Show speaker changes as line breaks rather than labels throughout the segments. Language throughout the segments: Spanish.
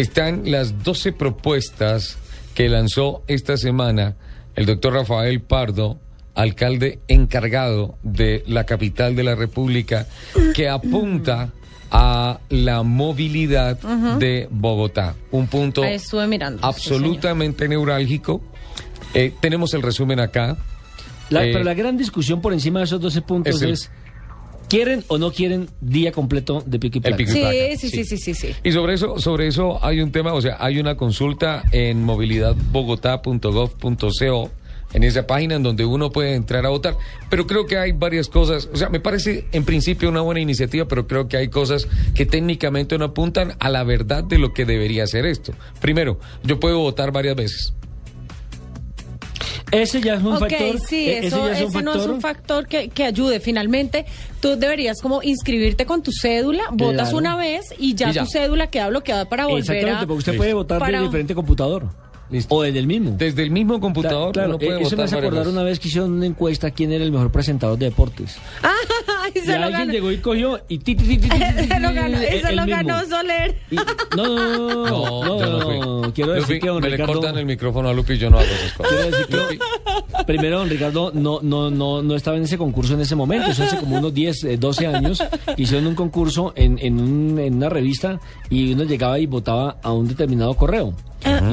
Están las 12 propuestas que lanzó esta semana el doctor Rafael Pardo, alcalde encargado de la capital de la República, que apunta a la movilidad de Bogotá. Un punto
Ahí estuve mirando, sí,
absolutamente neurálgico. Eh, tenemos el resumen acá.
La-
Eh,
pero la gran discusión por encima de esos 12 puntos
es
es,
el-
¿quieren o no quieren día completo de pico y placa?
pico y
Sí,
placa,
sí,
sí.
sí, sí, sí, sí.
Y sobre eso, sobre eso hay un tema, o sea, hay una consulta en movilidadbogotá.gov.co en esa página en donde uno puede entrar a votar, pero creo que hay varias cosas, o sea, me parece en principio una buena iniciativa, pero creo que hay cosas que técnicamente no apuntan a la verdad de lo que debería ser esto. Primero, yo puedo votar varias veces.
Ese ya es un
ok,
factor.
sí,
eh,
eso,
ya
ese no es un factor que, que ayude. Finalmente, tú deberías como inscribirte con tu cédula, votas
Claro.
una vez y ya,
Y ya.
tu cédula queda bloqueada para volver
Exactamente,
a...
porque usted
Listo.
puede votar
Para-
de diferente computador.
Listo.
O desde el mismo.
Desde el mismo computador
Claro,
uno puede
eh, eso me
votar
hace
varias
acordar
veces.
una vez que hicieron una encuesta quién era el mejor presentador de deportes.
Ay,
Y
se lo
alguien
ganó.
llegó y cogió y ti, ti, ti, ti, ti, ti,
Se lo ganó,
el-
se
el
lo
mismo.
ganó Soler.
Y- No, no,
No,
no,
yo no
no,
fui.
no, quiero
Lupi,
decir que don
me
Ricardo-
le cortan el micrófono a Lupi, yo no hago esas cosas.
Quiero decir que-
Lupi,
Primero, don Ricardo no, no, no, no estaba en ese concurso en ese momento, eso hace como unos 10, eh, 12 años. Hicieron un concurso en, en, un- en una revista y uno llegaba y votaba a un determinado correo.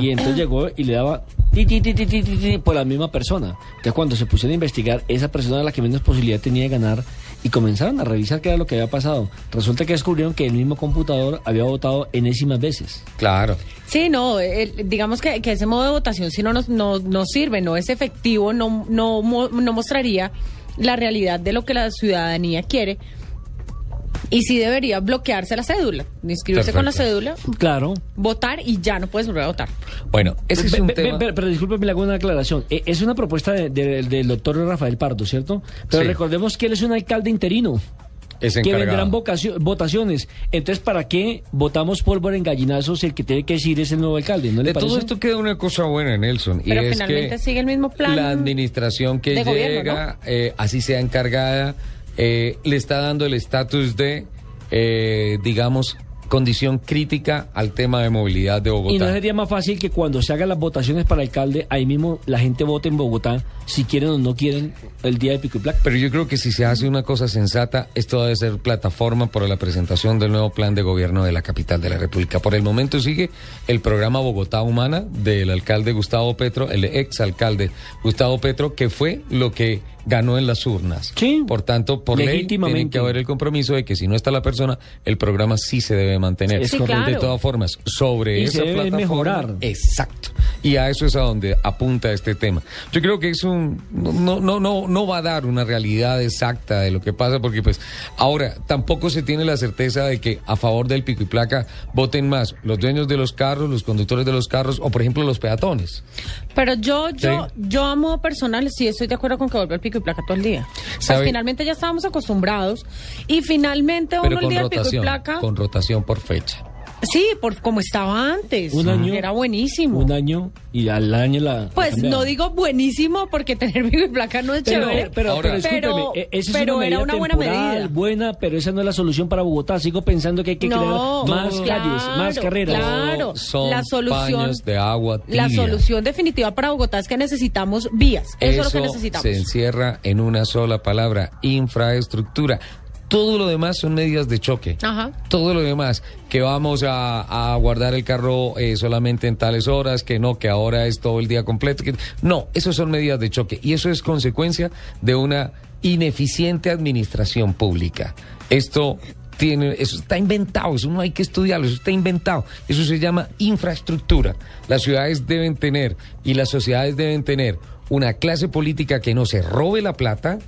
Y entonces llegó y le daba ti, ti, ti, ti, ti, ti, ti, por la misma persona. Entonces, cuando se pusieron a investigar, esa persona era la que menos posibilidad tenía de ganar y comenzaron a revisar qué era lo que había pasado. Resulta que descubrieron que el mismo computador había votado enésimas veces.
claro.
Sí, no, el- digamos que, que ese modo de votación si no nos no, no sirve, no es efectivo, no, no, mo- no mostraría la realidad de lo que la ciudadanía quiere. Y sí debería bloquearse la cédula, inscribirse con la
Perfecto.
cédula,
Claro.
votar y ya no puedes volver a votar.
Bueno, ese es
Pe-
un
pe- pe-
tema.
Pero, pero discúlpeme, le hago una aclaración. E- Es una propuesta de- de- del doctor Rafael Pardo, ¿cierto? Pero
Sí.
recordemos que él es un alcalde interino.
es
Que
encargado.
vendrán vocacio- votaciones. Entonces, ¿para qué votamos pólvora en gallinazos? El que tiene que decir es el nuevo alcalde, ¿no le
De
parece?
todo esto queda una cosa buena, Nelson.
Pero
y es
finalmente
que
sigue el mismo plan
La administración que
de gobierno,
llega, eh, así sea encargada, eh, le está dando el estatus de, eh, digamos, condición crítica al tema de movilidad de Bogotá.
Y no sería más fácil que cuando se hagan las votaciones para alcalde, ahí mismo la gente vote en Bogotá si quieren o no quieren el día de Pico y Placa.
Pero yo creo que si se hace una cosa sensata, esto debe ser plataforma para la presentación del nuevo plan de gobierno de la capital de la República. Por el momento sigue el programa Bogotá Humana del alcalde Gustavo Petro, el ex alcalde Gustavo Petro, que fue lo que ganó en las urnas.
Sí.
Por tanto, por ley tiene
Legítimamente.
que haber el compromiso de que si no está la persona, el programa sí se debe mantener.
Es Sí,
correcto.
De
claro.
todas formas, sobre
Y
esa
se debe
plataforma,
mejorar.
Exacto. Y a eso es a donde apunta este tema. Yo creo que es un no no no no va a dar una realidad exacta de lo que pasa porque pues ahora tampoco se tiene la certeza de que a favor del pico y placa voten más los dueños de los carros, los conductores de los carros o por ejemplo los peatones.
Pero yo, yo,
Sí.
yo a modo personal sí estoy de acuerdo con que vuelva el pico y placa todo el día. Pues
¿Sabe?
finalmente ya estábamos acostumbrados y finalmente
Pero
uno el
con
día del pico y
rotación,
placa.
con rotación por fecha.
Sí, por como estaba antes.
Un año.
Era buenísimo.
Un año y al año la. la
Pues
cambiaron.
no digo buenísimo porque tener pico y placa no es
Pero,
chévere.
pero,
Ahora-
pero discúlpeme, eh, esa es
pero
una
era
medida
una buena
temporal,
medida.
buena, pero esa no es la solución para Bogotá. Sigo pensando que hay que
No,
crear más
claro,
calles, más carreras.
Claro,
Son
la solución
paños de agua
La
tibia.
solución definitiva para Bogotá es que necesitamos vías. Eso, es lo que
se
necesitamos.
encierra en una sola palabra, infraestructura. Todo lo demás son medidas de choque.
Ajá.
Todo lo demás, que vamos a, a guardar el carro eh, solamente en tales horas, que no, que ahora es todo el día completo. que- No, eso son medidas de choque y eso es consecuencia de una ineficiente administración pública. Esto tiene, eso está inventado, eso no hay que estudiarlo, eso está inventado. Eso se llama infraestructura. Las ciudades deben tener y las sociedades deben tener una clase política que no se robe la plata.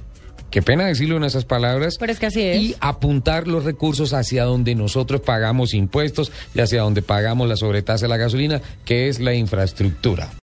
Qué pena decirlo en esas palabras.
Pero es que así es.
Y apuntar los recursos hacia donde nosotros pagamos impuestos y hacia donde pagamos la sobretasa de la gasolina, que es la infraestructura.